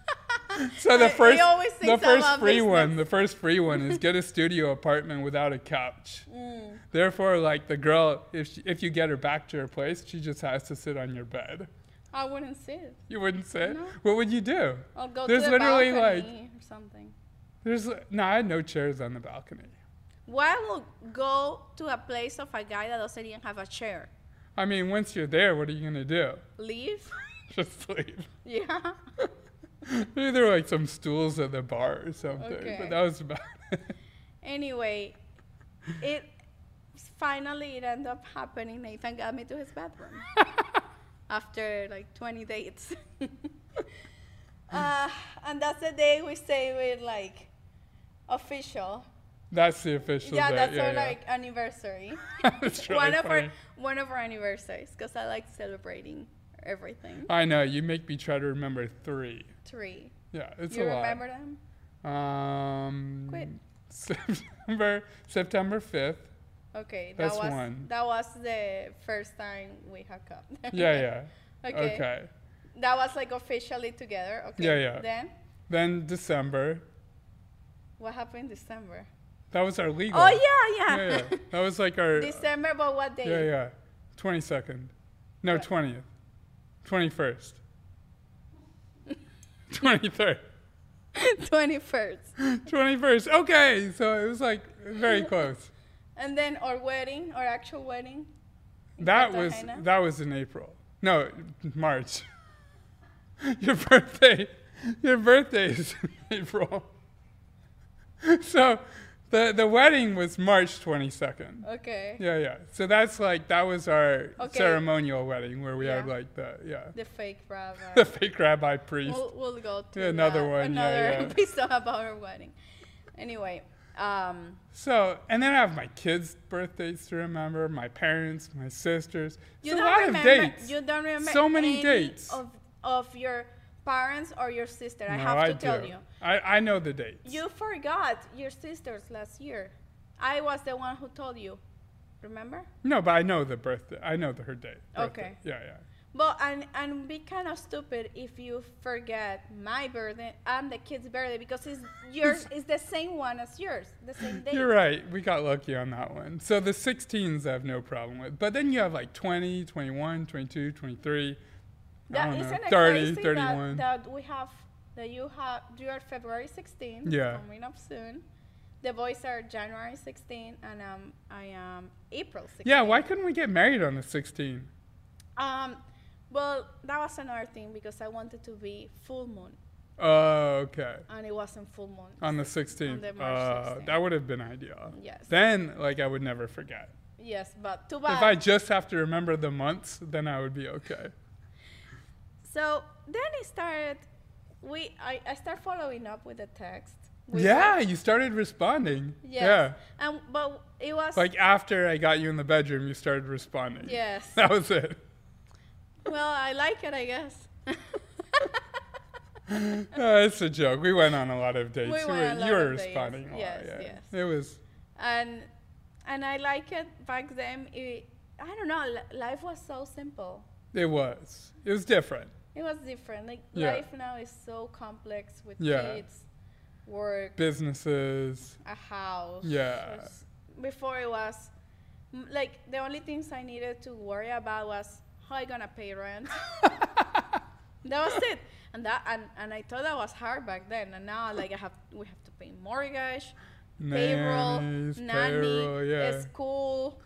[SPEAKER 2] So the
[SPEAKER 1] I- I
[SPEAKER 2] first,
[SPEAKER 1] always think
[SPEAKER 2] the
[SPEAKER 1] so about
[SPEAKER 2] first free
[SPEAKER 1] business.
[SPEAKER 2] one, the first free one is get a studio apartment without a couch.
[SPEAKER 1] Mm.
[SPEAKER 2] Therefore, like the girl, if she, if you get her back to her place, she just has to sit on your bed.
[SPEAKER 1] I wouldn't sit.
[SPEAKER 2] You wouldn't sit. What would you do?
[SPEAKER 1] I'll go
[SPEAKER 2] There's
[SPEAKER 1] to the
[SPEAKER 2] literally, like-
[SPEAKER 1] balcony or something.
[SPEAKER 2] There's no, I had no chairs on the balcony.
[SPEAKER 1] Why will go to a place of a guy that doesn't even have a chair?
[SPEAKER 2] I mean, once you're there, what are you gonna do?
[SPEAKER 1] Leave?
[SPEAKER 2] Just sleep.
[SPEAKER 1] yeah.
[SPEAKER 2] Maybe there were like some stools at the bar or something,
[SPEAKER 1] Okay.
[SPEAKER 2] but that was about it.
[SPEAKER 1] Anyway, it finally it ended up happening. Nathan got me to his bedroom after like 20 dates. uh, and that's the day we say we're like official.
[SPEAKER 2] That's the official.
[SPEAKER 1] yeah,
[SPEAKER 2] date,
[SPEAKER 1] that's
[SPEAKER 2] yeah,
[SPEAKER 1] our
[SPEAKER 2] yeah.
[SPEAKER 1] like anniversary.
[SPEAKER 2] That's
[SPEAKER 1] one
[SPEAKER 2] really
[SPEAKER 1] of our
[SPEAKER 2] funny.
[SPEAKER 1] one of our anniversaries because I like celebrating everything.
[SPEAKER 2] I know you make me try to remember three.
[SPEAKER 1] Three.
[SPEAKER 2] Yeah, it's
[SPEAKER 1] you
[SPEAKER 2] a lot.
[SPEAKER 1] remember them?
[SPEAKER 2] Um,
[SPEAKER 1] Quit.
[SPEAKER 2] September September fifth.
[SPEAKER 1] Okay,
[SPEAKER 2] That's
[SPEAKER 1] that was
[SPEAKER 2] one.
[SPEAKER 1] that was the first time we hooked up.
[SPEAKER 2] Yeah, yeah.
[SPEAKER 1] Okay.
[SPEAKER 2] Okay.
[SPEAKER 1] That was like officially together. Okay.
[SPEAKER 2] Yeah, yeah.
[SPEAKER 1] Then
[SPEAKER 2] Then December.
[SPEAKER 1] what happened in December?
[SPEAKER 2] That was our legal.
[SPEAKER 1] Oh yeah, yeah.
[SPEAKER 2] yeah, yeah. That was like our.
[SPEAKER 1] December, but what day?
[SPEAKER 2] yeah, yeah. Twenty second. No, twentieth. Twenty first. Twenty third.
[SPEAKER 1] Twenty first.
[SPEAKER 2] Twenty first. Okay, so it was like very close.
[SPEAKER 1] And then our wedding, our actual wedding.
[SPEAKER 2] That was
[SPEAKER 1] Cartagena?
[SPEAKER 2] that was in April. No, March. your birthday, your birthday is in April. so, the the wedding was March twenty second.
[SPEAKER 1] Okay.
[SPEAKER 2] Yeah, yeah. So that's like that was our
[SPEAKER 1] Okay.
[SPEAKER 2] ceremonial wedding where we had
[SPEAKER 1] Yeah.
[SPEAKER 2] like the yeah
[SPEAKER 1] The fake rabbi.
[SPEAKER 2] the fake rabbi priest.
[SPEAKER 1] we'll, we'll go to
[SPEAKER 2] Yeah, another
[SPEAKER 1] that-
[SPEAKER 2] one, yeah,
[SPEAKER 1] Another
[SPEAKER 2] yeah.
[SPEAKER 1] episode about our wedding. Anyway, um,
[SPEAKER 2] So and then I have my kids' birthdays to remember, my parents, my sisters.
[SPEAKER 1] you
[SPEAKER 2] it's a
[SPEAKER 1] don't
[SPEAKER 2] lot
[SPEAKER 1] remember.
[SPEAKER 2] of dates.
[SPEAKER 1] You don't remember.
[SPEAKER 2] So many
[SPEAKER 1] any
[SPEAKER 2] dates.
[SPEAKER 1] of of your parents or your sister. I
[SPEAKER 2] No,
[SPEAKER 1] have to
[SPEAKER 2] do.
[SPEAKER 1] tell you.
[SPEAKER 2] I, I know the dates.
[SPEAKER 1] You forgot your sisters last year. I was the one who told you. Remember?
[SPEAKER 2] No, but I know the birthday. I know the, her date.
[SPEAKER 1] Okay.
[SPEAKER 2] birthday. Yeah, yeah.
[SPEAKER 1] But and and be kind of stupid if you forget my birthday and the kid's birthday because it's yours is the same one as yours, the same day.
[SPEAKER 2] You're right. We got lucky on that one. So the 16s I have no problem with. But then you have like 20, 21, 22, 23. I
[SPEAKER 1] That
[SPEAKER 2] don't
[SPEAKER 1] isn't
[SPEAKER 2] know,
[SPEAKER 1] it
[SPEAKER 2] 30,
[SPEAKER 1] crazy
[SPEAKER 2] 31.
[SPEAKER 1] That, that we have that you have you are February 16th
[SPEAKER 2] Yeah.
[SPEAKER 1] coming up soon. The boys are January 16th and um I am April 16th.
[SPEAKER 2] yeah, why couldn't we get married on the 16?
[SPEAKER 1] Um well that was another thing because I wanted to be full moon
[SPEAKER 2] Oh, okay.
[SPEAKER 1] and it wasn't full moon.
[SPEAKER 2] On the
[SPEAKER 1] On
[SPEAKER 2] 16th.
[SPEAKER 1] the March
[SPEAKER 2] uh,
[SPEAKER 1] 16th.
[SPEAKER 2] that would have been ideal.
[SPEAKER 1] Yes.
[SPEAKER 2] Then, like, I would never forget.
[SPEAKER 1] yes, but too bad.
[SPEAKER 2] if I just have to remember the months, then I would be okay.
[SPEAKER 1] So then I started, we I, I start following up with the text. with
[SPEAKER 2] yeah,
[SPEAKER 1] the-
[SPEAKER 2] you started responding.
[SPEAKER 1] Yes.
[SPEAKER 2] Yeah.
[SPEAKER 1] And but it was
[SPEAKER 2] Like after I got you in the bedroom, you started responding.
[SPEAKER 1] Yes.
[SPEAKER 2] That was it.
[SPEAKER 1] well, I like it, I guess.
[SPEAKER 2] Uh, it's a joke. We went on a lot of dates.
[SPEAKER 1] We went
[SPEAKER 2] you were,
[SPEAKER 1] on a lot
[SPEAKER 2] you were
[SPEAKER 1] of dates.
[SPEAKER 2] responding a
[SPEAKER 1] Yes,
[SPEAKER 2] lot. Yeah.
[SPEAKER 1] yes.
[SPEAKER 2] It was.
[SPEAKER 1] and and I like it back then. It, I don't know. li- Life was so simple.
[SPEAKER 2] It was. It was different.
[SPEAKER 1] It was different. Like
[SPEAKER 2] Yeah.
[SPEAKER 1] life now is so complex with
[SPEAKER 2] Yeah.
[SPEAKER 1] kids, work,
[SPEAKER 2] Businesses.
[SPEAKER 1] a house.
[SPEAKER 2] Yeah.
[SPEAKER 1] It's- Before it was m- like the only things I needed to worry about was how I gonna pay rent. that was it. And that and, and I thought that was hard back then. And now like I have we have to pay mortgage, payroll,
[SPEAKER 2] Nannies,
[SPEAKER 1] nanny,
[SPEAKER 2] payroll, yeah.
[SPEAKER 1] uh, school,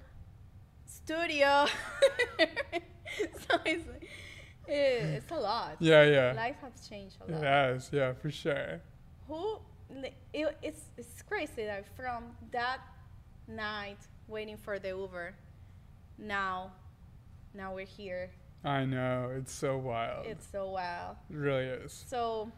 [SPEAKER 1] studio. so it's, like- eh, it's a lot.
[SPEAKER 2] Yeah, yeah.
[SPEAKER 1] Life has changed a lot
[SPEAKER 2] it has. Yeah, for sure.
[SPEAKER 1] who li- it, it's, it's crazy that from that night waiting for the uber now now we're here
[SPEAKER 2] I know. It's so wild.
[SPEAKER 1] it's so wild
[SPEAKER 2] it really is.
[SPEAKER 1] so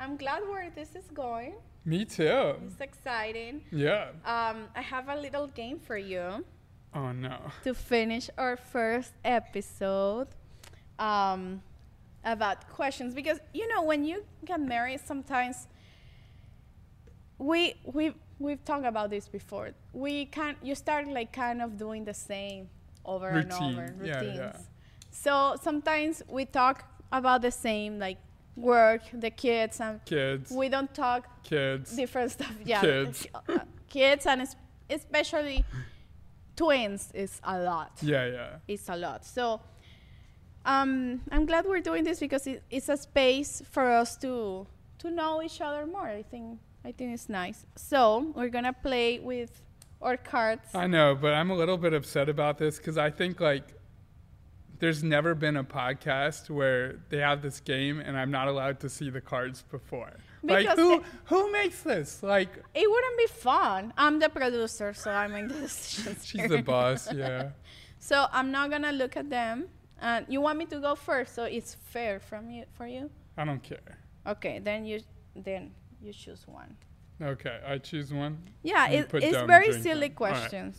[SPEAKER 1] i'm glad where this is going
[SPEAKER 2] Me too.
[SPEAKER 1] it's exciting
[SPEAKER 2] Yeah.
[SPEAKER 1] um, i have a little game for you
[SPEAKER 2] Oh no.
[SPEAKER 1] to finish our first episode um, about questions because you know when you get married sometimes we we we've talked about this before we can you start like kind of doing the same over and over
[SPEAKER 2] Routine.
[SPEAKER 1] routines
[SPEAKER 2] Yeah, yeah.
[SPEAKER 1] so sometimes we talk about the same like work, the kids, and
[SPEAKER 2] Kids.
[SPEAKER 1] we don't talk
[SPEAKER 2] Kids.
[SPEAKER 1] different stuff. Yeah,
[SPEAKER 2] Kids.
[SPEAKER 1] Uh, kids, and es- especially twins is a lot.
[SPEAKER 2] yeah, yeah.
[SPEAKER 1] It's a lot. So um, I'm glad we're doing this because it, it's a space for us to to know each other more. I think I think it's nice. So we're gonna play with our cards.
[SPEAKER 2] I know, but I'm a little bit upset about this because I think like there's never been a podcast where they have this game and I'm not allowed to see the cards before. like
[SPEAKER 1] Because
[SPEAKER 2] who
[SPEAKER 1] they-
[SPEAKER 2] who makes this? Like
[SPEAKER 1] It wouldn't be fun. I'm the producer, so I make the decisions.
[SPEAKER 2] she's
[SPEAKER 1] here.
[SPEAKER 2] the boss, yeah.
[SPEAKER 1] So I'm not gonna look at them. And you want me to go first, so it's fair from you for you.
[SPEAKER 2] I don't care.
[SPEAKER 1] Okay, then you then you choose one.
[SPEAKER 2] Okay, I choose one.
[SPEAKER 1] Yeah,
[SPEAKER 2] You
[SPEAKER 1] it,
[SPEAKER 2] put
[SPEAKER 1] it's
[SPEAKER 2] down the
[SPEAKER 1] very
[SPEAKER 2] drink
[SPEAKER 1] silly
[SPEAKER 2] then. All right.
[SPEAKER 1] questions.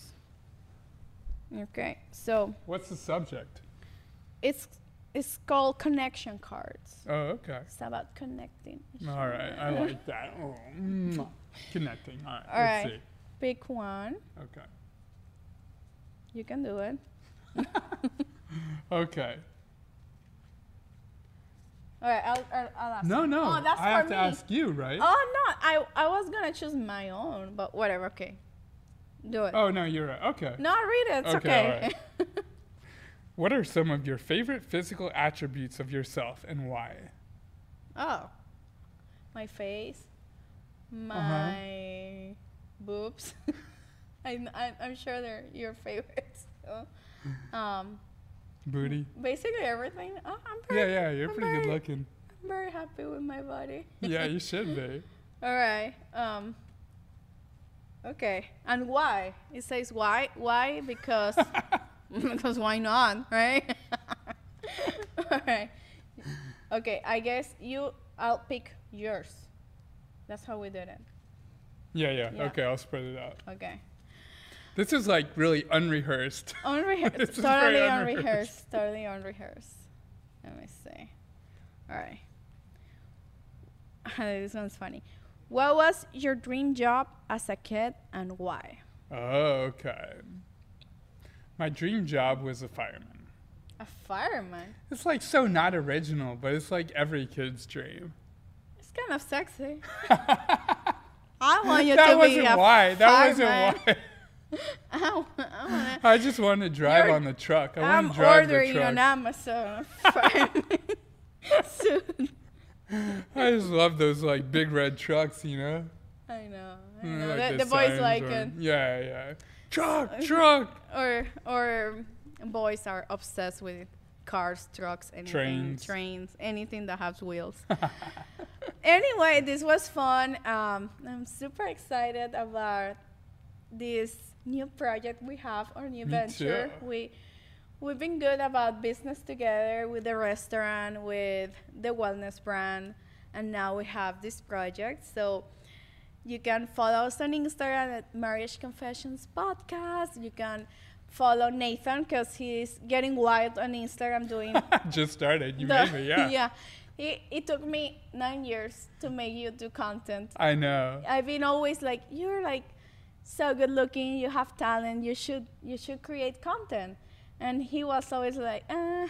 [SPEAKER 1] Okay, so
[SPEAKER 2] What's the subject?
[SPEAKER 1] it's it's called connection cards.
[SPEAKER 2] Oh, okay.
[SPEAKER 1] It's about connecting. each
[SPEAKER 2] All right, I like that. Oh, mwah. connecting. All right,
[SPEAKER 1] All
[SPEAKER 2] let's
[SPEAKER 1] right. Pick one.
[SPEAKER 2] see. Okay.
[SPEAKER 1] You can do it.
[SPEAKER 2] Okay.
[SPEAKER 1] All right, I'll, I'll, I'll ask.
[SPEAKER 2] No,
[SPEAKER 1] you.
[SPEAKER 2] no.
[SPEAKER 1] Oh, that's
[SPEAKER 2] I
[SPEAKER 1] for
[SPEAKER 2] have
[SPEAKER 1] me.
[SPEAKER 2] to ask you, right?
[SPEAKER 1] Oh no, I I was gonna choose my own, but whatever. Okay, do it.
[SPEAKER 2] Oh, no, you're right. Okay.
[SPEAKER 1] No, read it. It's okay.
[SPEAKER 2] Okay, What are some of your favorite physical attributes of yourself and why?
[SPEAKER 1] oh, my face, my boobs. I'm, I'm I'm sure they're your favorites. So. Um,
[SPEAKER 2] Booty.
[SPEAKER 1] basically everything. Oh, I'm
[SPEAKER 2] Yeah,
[SPEAKER 1] pretty,
[SPEAKER 2] yeah, you're
[SPEAKER 1] Mm-hmm. I'm
[SPEAKER 2] pretty
[SPEAKER 1] very-
[SPEAKER 2] good looking.
[SPEAKER 1] I'm very happy with my body.
[SPEAKER 2] Yeah, you should be.
[SPEAKER 1] All right. Um. Okay. And why? It says why? Why? Because because why not? Right. All right. Okay. I guess you. I'll pick yours. That's how we did it.
[SPEAKER 2] Yeah, yeah,
[SPEAKER 1] Yeah.
[SPEAKER 2] Okay, I'll spread it out.
[SPEAKER 1] Okay.
[SPEAKER 2] This is like really unrehearsed. This
[SPEAKER 1] Unrehearsed.
[SPEAKER 2] is
[SPEAKER 1] totally
[SPEAKER 2] very
[SPEAKER 1] unrehearsed. Totally unrehearsed. Let me see. All right. this one's funny. What was your dream job as a kid and why?
[SPEAKER 2] Oh, okay. My dream job was a fireman.
[SPEAKER 1] A fireman.
[SPEAKER 2] It's like so not original, but it's like every kid's dream.
[SPEAKER 1] It's kind of sexy. I want you
[SPEAKER 2] that
[SPEAKER 1] to
[SPEAKER 2] wasn't
[SPEAKER 1] be a
[SPEAKER 2] why. That
[SPEAKER 1] fireman.
[SPEAKER 2] wasn't why.
[SPEAKER 1] I wa- I wanna-
[SPEAKER 2] I just wanted to drive
[SPEAKER 1] You're-
[SPEAKER 2] on the truck. I
[SPEAKER 1] I'm
[SPEAKER 2] want to drive
[SPEAKER 1] ordering
[SPEAKER 2] the truck.
[SPEAKER 1] on Amazon. a fireman suit.
[SPEAKER 2] I just love those like big red trucks, you know.
[SPEAKER 1] I know. I
[SPEAKER 2] Mm,
[SPEAKER 1] know.
[SPEAKER 2] like
[SPEAKER 1] the, the boys
[SPEAKER 2] signs
[SPEAKER 1] like
[SPEAKER 2] or-
[SPEAKER 1] it.
[SPEAKER 2] Yeah, yeah. Truck, truck.
[SPEAKER 1] Or or boys are obsessed with cars, trucks, anything,
[SPEAKER 2] Trains.
[SPEAKER 1] trains anything that has wheels. anyway, this was fun. Um, I'm super excited about this new project we have, our new
[SPEAKER 2] Me
[SPEAKER 1] venture.
[SPEAKER 2] too.
[SPEAKER 1] We we've been good about business together with the restaurant, with the wellness brand, and now we have this project. So you can follow us on Instagram at Marriage Confessions Podcast. You can follow Nathan because he's getting wild on Instagram doing
[SPEAKER 2] just started. You
[SPEAKER 1] the-
[SPEAKER 2] made me, yeah.
[SPEAKER 1] It, it took me nine years to make you do content.
[SPEAKER 2] I know.
[SPEAKER 1] I've been always like, you're like so good looking, you have talent, you should you should create content. And he was always like, uh,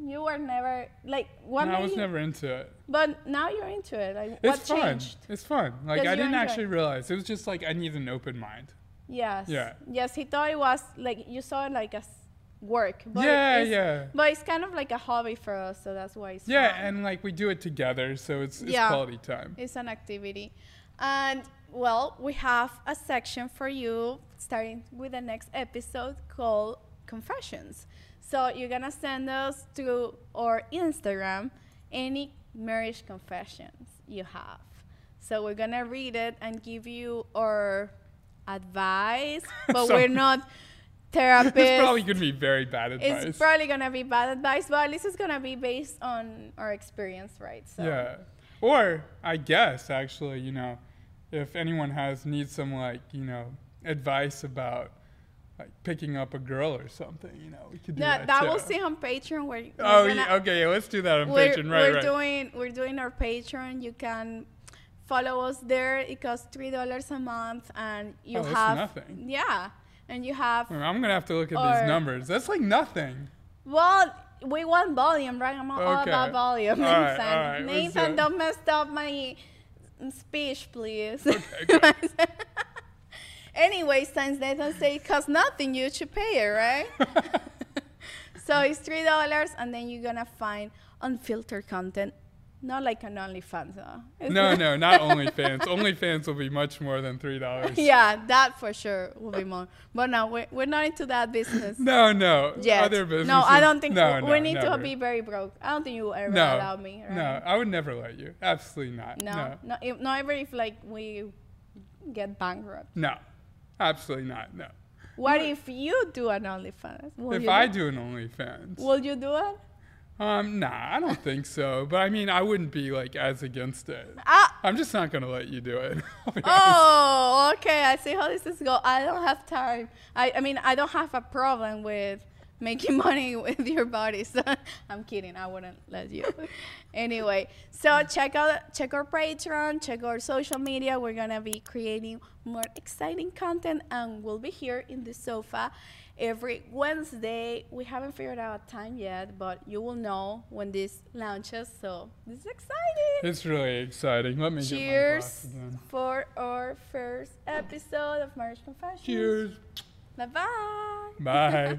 [SPEAKER 1] you were never like what
[SPEAKER 2] No, I
[SPEAKER 1] made
[SPEAKER 2] was
[SPEAKER 1] you-
[SPEAKER 2] never into it.
[SPEAKER 1] but now you're into it. Like
[SPEAKER 2] It's
[SPEAKER 1] what
[SPEAKER 2] fun.
[SPEAKER 1] changed?
[SPEAKER 2] It's fun. Like
[SPEAKER 1] 'Cause
[SPEAKER 2] I
[SPEAKER 1] you
[SPEAKER 2] didn't
[SPEAKER 1] enjoy
[SPEAKER 2] actually
[SPEAKER 1] it.
[SPEAKER 2] realize. It was just like I need an open mind.
[SPEAKER 1] Yes.
[SPEAKER 2] Yeah.
[SPEAKER 1] Yes, he thought it was like you saw it like as work. But
[SPEAKER 2] Yeah,
[SPEAKER 1] it's,
[SPEAKER 2] yeah.
[SPEAKER 1] But it's kind of like a hobby for us, so that's why it's
[SPEAKER 2] Yeah,
[SPEAKER 1] fun.
[SPEAKER 2] and like we do it together, so it's, it's
[SPEAKER 1] Oh. Yeah.
[SPEAKER 2] quality time.
[SPEAKER 1] It's an activity. And well, we have a section for you starting with the next episode called Confessions. So you're gonna send us to our Instagram any marriage confessions you have. So we're gonna read it and give you our advice, but we're
[SPEAKER 2] Sorry.
[SPEAKER 1] not
[SPEAKER 2] It's
[SPEAKER 1] therapists.
[SPEAKER 2] probably gonna be very bad advice.
[SPEAKER 1] It's probably gonna be bad advice, but at least it's gonna be based on our experience, right? So
[SPEAKER 2] Yeah. Or I guess actually, you know, if anyone has needs some like, you know, advice about like picking up a girl or something, you know, we could do
[SPEAKER 1] No,
[SPEAKER 2] that.
[SPEAKER 1] that
[SPEAKER 2] too.
[SPEAKER 1] we'll see on Patreon. Where we're
[SPEAKER 2] Oh,
[SPEAKER 1] gonna-
[SPEAKER 2] yeah, okay. Yeah, let's do that on
[SPEAKER 1] We're,
[SPEAKER 2] Patreon. Right,
[SPEAKER 1] we're
[SPEAKER 2] right.
[SPEAKER 1] doing we're doing our Patreon. You can follow us there. It costs three dollars a month, and you
[SPEAKER 2] Oh, that's
[SPEAKER 1] have
[SPEAKER 2] nothing.
[SPEAKER 1] yeah, and you have
[SPEAKER 2] I'm gonna have to look at
[SPEAKER 1] Or-
[SPEAKER 2] these numbers. That's like nothing.
[SPEAKER 1] well, we want volume, right? I'm all
[SPEAKER 2] Okay.
[SPEAKER 1] about volume.
[SPEAKER 2] All right,
[SPEAKER 1] Nathan,
[SPEAKER 2] all right, let's do
[SPEAKER 1] Nathan
[SPEAKER 2] it.
[SPEAKER 1] don't mess up my speech, please. anyway, since Nathan said it costs nothing, you should pay it, right? so it's three dollars, and then you're gonna find unfiltered content, not like an OnlyFans. Though. It's
[SPEAKER 2] No, no, not OnlyFans. OnlyFans will be much more than three dollars.
[SPEAKER 1] Yeah, that for sure will be more. But no, we're, we're not into that business.
[SPEAKER 2] No, no.
[SPEAKER 1] yet.
[SPEAKER 2] Other businesses.
[SPEAKER 1] No, I don't think
[SPEAKER 2] No,
[SPEAKER 1] we,
[SPEAKER 2] no,
[SPEAKER 1] we need
[SPEAKER 2] never.
[SPEAKER 1] to be very broke. I don't think you will ever
[SPEAKER 2] No,
[SPEAKER 1] allow me. Right?
[SPEAKER 2] no, I would never let you. Absolutely not.
[SPEAKER 1] no,
[SPEAKER 2] No,
[SPEAKER 1] no, no, if, not ever if like we get bankrupt.
[SPEAKER 2] no. absolutely not. No.
[SPEAKER 1] What if you do an OnlyFans? Will
[SPEAKER 2] if
[SPEAKER 1] you
[SPEAKER 2] I
[SPEAKER 1] do,
[SPEAKER 2] do an OnlyFans,
[SPEAKER 1] will you do it?
[SPEAKER 2] um, nah, I don't think so. But I mean, I wouldn't be like as against it.
[SPEAKER 1] Ah,
[SPEAKER 2] I'm just not gonna let you do it. I'll be
[SPEAKER 1] oh, okay. I see how this is go. I don't have time. I, I mean, I don't have a problem with making money with your body. So I'm kidding. I wouldn't let you. anyway, so check out check our Patreon, check our social media. We're gonna be creating more exciting content, and we'll be here in the sofa every Wednesday. We haven't figured out a time yet, but you will know when this launches. So this is exciting.
[SPEAKER 2] It's really exciting. Let me
[SPEAKER 1] Cheers
[SPEAKER 2] get my glasses on.
[SPEAKER 1] for our first episode of Marriage Confessions.
[SPEAKER 2] Cheers.
[SPEAKER 1] Bye bye.
[SPEAKER 2] Bye.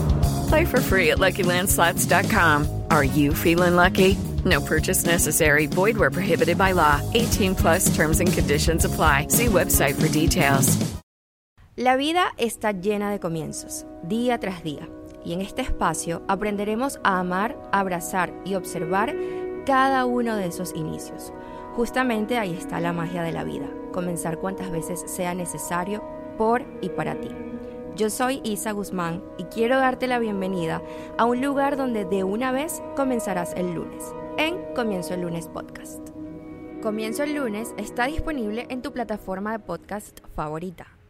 [SPEAKER 7] Play for free at LuckyLandSlots.com. Are you feeling lucky? No purchase necessary. Void where prohibited by law. 18 plus terms and conditions apply. See website for details.
[SPEAKER 8] La vida está llena de comienzos, día tras día, y en este espacio aprenderemos a amar, abrazar y observar cada uno de esos inicios. Justamente ahí está la magia de la vida, comenzar cuantas veces sea necesario por y para ti. Yo soy Isa Guzmán y quiero darte la bienvenida a un lugar donde de una vez comenzarás el lunes, en Comienzo el lunes podcast. Comienzo el lunes está disponible en tu plataforma de podcast favorita.